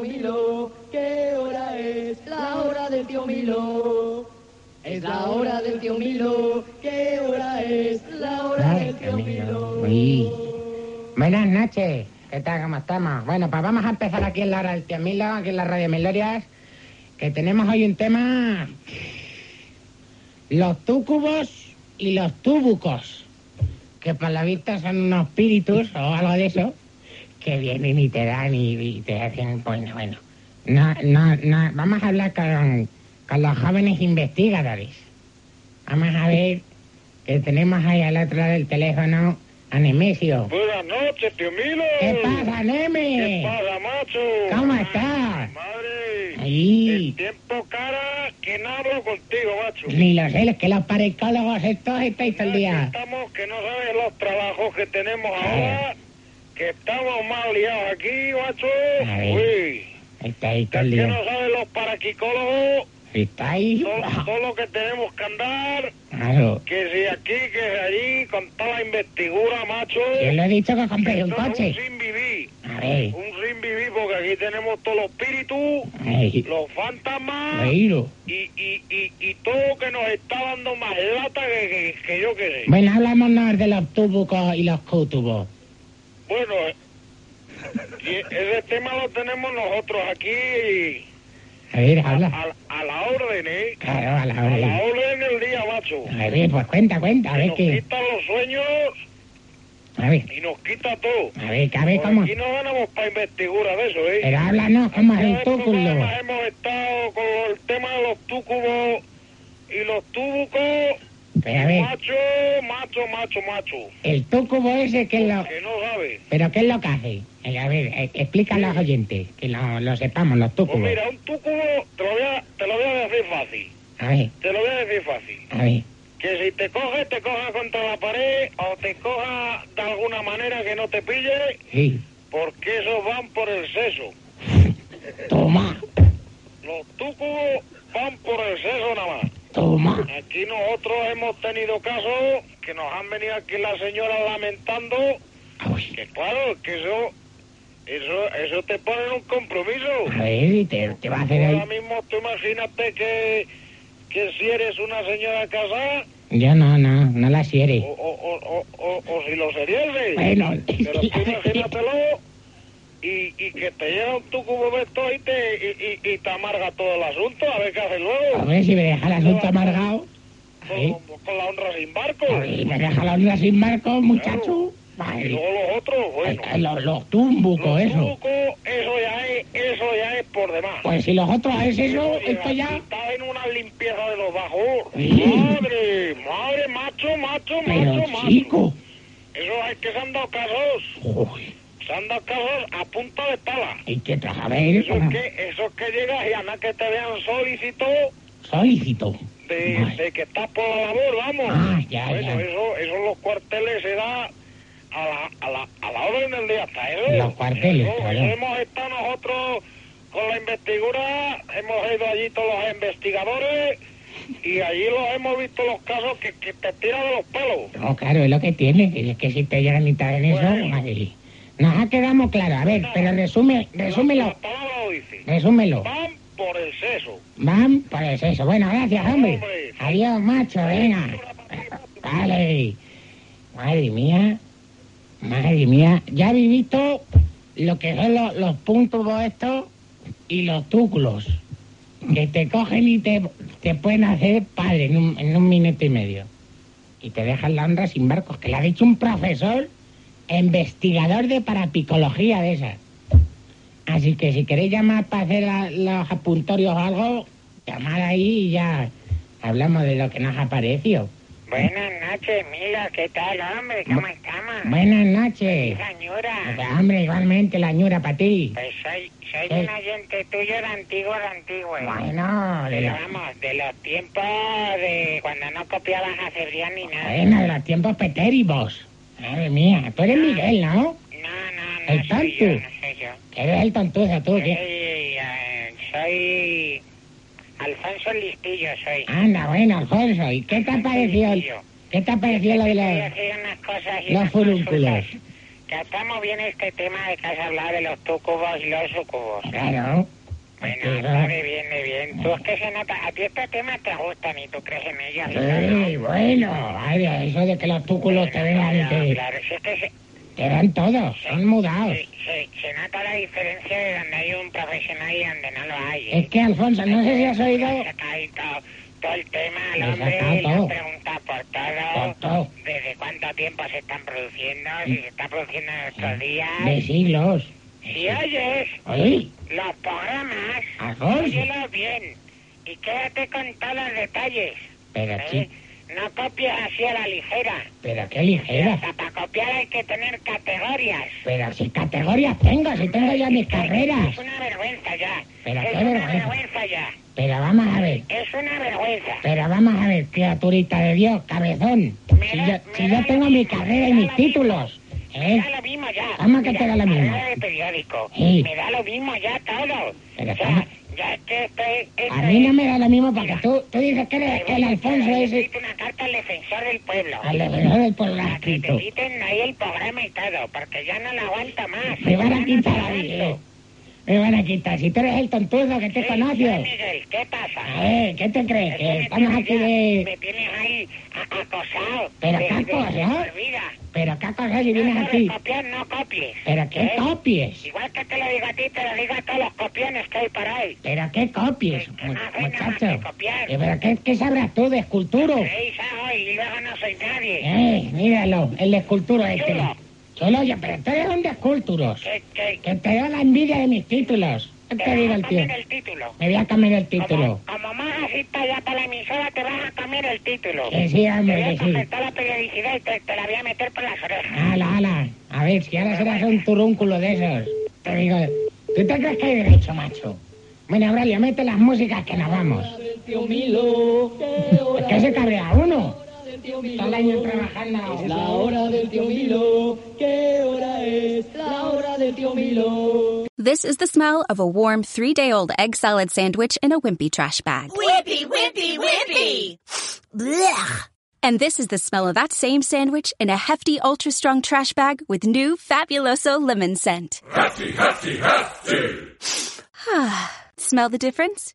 Milo, ¿qué hora es? La hora del tío Milo. Es la hora del tío Milo. ¿Qué hora es? La hora Ay, del tío Milo. Camilo. Uy. Buenas noches. ¿Qué tal? ¿Cómo estamos? Bueno, pues vamos a empezar aquí en la hora del tío Milo, aquí en la radio Melorias, que tenemos hoy un tema... Los túcubos y los túbucos, que por la vista son unos espíritus o algo de eso, que vienen y te dan y, y te hacen... Bueno, bueno. No, no, no. Vamos a hablar con, con los jóvenes investigadores. Vamos a ver que tenemos ahí al otro lado del teléfono a Nemesio. Buenas noches, tío Milo. ¿Qué pasa, ¿Qué Neme? pasa, macho? ¿Cómo estás? Madre. Ahí. El tiempo cara que no hablo contigo, macho. Ni los es que los paricólogos estos estáis todo el día. Eh. Estamos que no sabes los trabajos que tenemos ahora. Que estamos más liados aquí, macho. A ver. Uy. Estáis todo Es el que día. no sabes los paraquicólogos. Estáis... Todo, todo lo que tenemos que andar. Claro. Que si aquí, que si allí. Con toda la investigura, macho. Yo le he dicho que Que compréis un esto es coche. Un sin vivir. A ver. Un sin vivir porque aquí tenemos todos los espíritus. Ay. Los fantasmas. Oído. y, y, y, y todo que nos está dando más lata que, que, que yo que sé. Bueno, hablamos de los túbucos y los cútubos. Bueno, eh, y ese tema lo tenemos nosotros aquí A ver, a, habla. a- a la orden, ¿eh? Claro, a la Ah, A la hora. orden del día, macho. A ver, pues cuenta, cuenta. A Que ver nos qué... quita los sueños A ver. y nos quita todo. A ver, que a ver Por cómo... Aquí no ganamos para investidura de eso, ¿eh? Pero háblanos cómo es Ya el ves cómo túculo. además hemos estado con el tema de los túcubos y los túbucos. Pero a ver, Macho, macho, macho, macho. el túcubo ese que lo... Que no sabe. ¿Pero qué es lo que hace? Eh, A ver, eh, explícalo a los oyentes, que lo, lo sepamos, los Pues túculos. mira, un túculo te lo, voy a, te lo voy a decir fácil. A ver, Te lo voy a decir fácil. a ver. Que si te coge, te coja contra la pared o te coja de alguna manera que no te pille, Sí. porque esos van por el seso. Toma, Los túculos van por el seso nada más. toma. Aquí nosotros hemos tenido casos que nos han venido aquí las señoras lamentando Uy, que claro, que eso, eso, eso te pone en un compromiso. a ver, y te, te va a hacer Ahora ahí. mismo tú imagínate que, que si eres una señora casada, Yo no, no, no la o, sieres. o, o, o, o- o si lo serías, ¿eh? Bueno, pero tú imagínatelo y, y que te lleva un tucubo de esto y te, y, y- y te amarga todo el asunto, a ver qué haces a luego, ver si me deja el asunto amargado. A ver, con, con la honra sin barco. a ver, me deja la onda sin marco, muchacho. Y Vale. luego los otros, bueno, Eh, Los, los tumbucos, los eso. tucubos, eso ya es, eso ya es por demás. Pues si los otros es eso, Oye, esto ya... Está en una limpieza de los bajos. Sí. Madre, madre, macho, macho, Pero macho, macho. chico. Eso es que se han dado casos. Uy, Se han dado casos a punta de pala. hay que trabajar ¿eh? Eso es con que, eso es que llegas y a nada que te vean solícito solícito. de, Ay. de que estás por la labor, vamos. Ah, ya, bueno, ya. Eso, eso en los cuarteles se da a la, a la, a la orden del día. Hasta eso. En los cuarteles, Eso, claro. eso hemos estado nosotros con la investigadura, hemos ido allí todos los investigadores y allí los hemos visto los casos que, que te tiran de los pelos. No, claro, es lo que tiene. Es que si te llegan y te en eso, Bueno. madre. Nos ha quedado claro. A ver, pero resume, La, resúmelo, la palabra lo dice. resúmelo. Van por el seso. Van, pues eso. Bueno, gracias, hombre. Adiós, macho, venga. Vale. Madre mía. Madre mía. Ya habéis visto lo que son los, los puntos estos y los túculos. Que te cogen y te, te pueden hacer padre en un, en un minuto y medio. Y te dejan la honra sin barcos, que le ha dicho un profesor investigador de parapicología de esas. Así que si queréis llamar para hacer la- los apuntorios o algo, llamad ahí y ya hablamos de lo que nos ha parecido. Buenas noches, Milo, ¿qué tal, hombre? ¿Cómo estamos? Señora, Buenas noches. señora, Hombre, igualmente la ñura para ti. pues soy, soy ¿Qué? un oyente tuyo de antiguo, de antiguo. Eh. ¿eh? Bueno, de Pero los, vamos, de los tiempos de cuando no copiabas a Cebrián ni nada. bueno, de los tiempos petéribos. Madre mía, tú eres Miguel, ¿no? No, no, no ¿El soy yo, tanto? no soy yo. Que eres el tontuzo, tú, Yo soy, que... eh, soy Alfonso Listillo, soy. Anda, bueno, Alfonso, ¿y Ah, qué te ha Alfonso parecido? el- Listillo. ¿Qué te ha parecido lo de Voy a la... hacer unas cosas y los unas furúnculos. consultas. Tratamos bien este tema de que has hablado de los túcubos y los sucubos. Claro. Bueno, vale, bien, muy bien. Tú es que se nota, a ti estos temas te gustan y tú crees en ellos. y tal, ¿no? Sí, bueno, ay, eso de que los túculos te Bueno, vean y claro, te, Claro, si es que se, te dan todos, son mudados. se- se- se nota la diferencia de donde hay un profesional y donde no lo hay. ¿eh? Es que, Alfonso, no sé si has oído... Se ha caído todo, todo el tema al Se ha hombre, sacado le han todo. preguntado por Por todo, todo, desde cuánto tiempo se están produciendo, si se está produciendo en nuestros días. de siglos. Si oyes Oye, los programas, Alfonso, óyelos bien y quédate con todos los detalles. pero, ¿eh? chi- No copies así a la ligera. pero qué ligera. Hasta para copiar hay que tener categorías. Pero si categorías tengo, si tengo ya mis carreras. Es una vergüenza ya. Pero es qué una vergüenza. vergüenza ya. Pero vamos a ver, Es una vergüenza. pero vamos a ver, criaturita de Dios, cabezón. Me Si da- yo, me si da yo lo tengo mismo, mi carrera y me da mis lo mismo. títulos, ¿eh? Me da lo mismo ya. ¿Cómo que te da lo Mira, mismo? carrera de periódico. Sí. Me da lo mismo ya todo. Pero o sea, ¿cómo? ya es que estoy... A mí no me da lo mismo porque tú, tú dices que eres el Alfonso ese. una carta al defensor del pueblo. Al defensor del pueblo Para que escrito. te quiten ahí el programa y todo, porque ya no lo aguanta más. Me van Ya a no quitar te a mí, eh. aguanto. Me van a quitar. Si tú eres el tontudo que te Sí, sí, conoces. Miguel, ¿qué pasa? A ver, ¿qué te crees? Es Que que estamos me aquí tienes ya- de. Me tienes ahí a- acosado. Pero De- ¿qué de- acosado? de vida. Pero qué cosa si No vienes sabes aquí. copiar, no copies. Pero qué ¿Eh? copies. Igual que te lo digo a ti, te lo digo a todos los copiones que hay por ahí. Pero qué copies, Que mu- no hacen nada más muchacho. que copiar. Eh, Pero qué, qué sabrás tú de esculturo. Creéis a hoy y luego no soy nadie. Eh, míralo, el de esculturo este. Chulo. Solo yo, pero tú eres un de esculturos. Que, que, Que te da la envidia de mis títulos. ¿Qué te te digo vas a el tío? comer el título. Me voy a cambiar el título. Como, como más así para allá para la emisora, te vas a comer el título. Que sí, Te Eh, hombre, voy que a sí. concertar la periodicidad y te, te la voy a meter por las orejas. Ala, ala. A ver, si ahora serás un turúnculo de esos. Te digo, ¿tú te crees que hay derecho, macho? Bueno, Braulio, mete las músicas que nos vamos. del tío Milo, qué Es hora que se cabrea uno. es del tío Todo el Milo. año trabajando. Es la hora del tío Milo, qué hora es la hora del tío Milo. This is the smell of a warm three day old egg salad sandwich in a wimpy trash bag. Whippy, whippy, whippy. And this is the smell of that same sandwich in a hefty, ultra strong trash bag with new Fabuloso lemon scent. Hefty, hefty, hefty! smell the difference?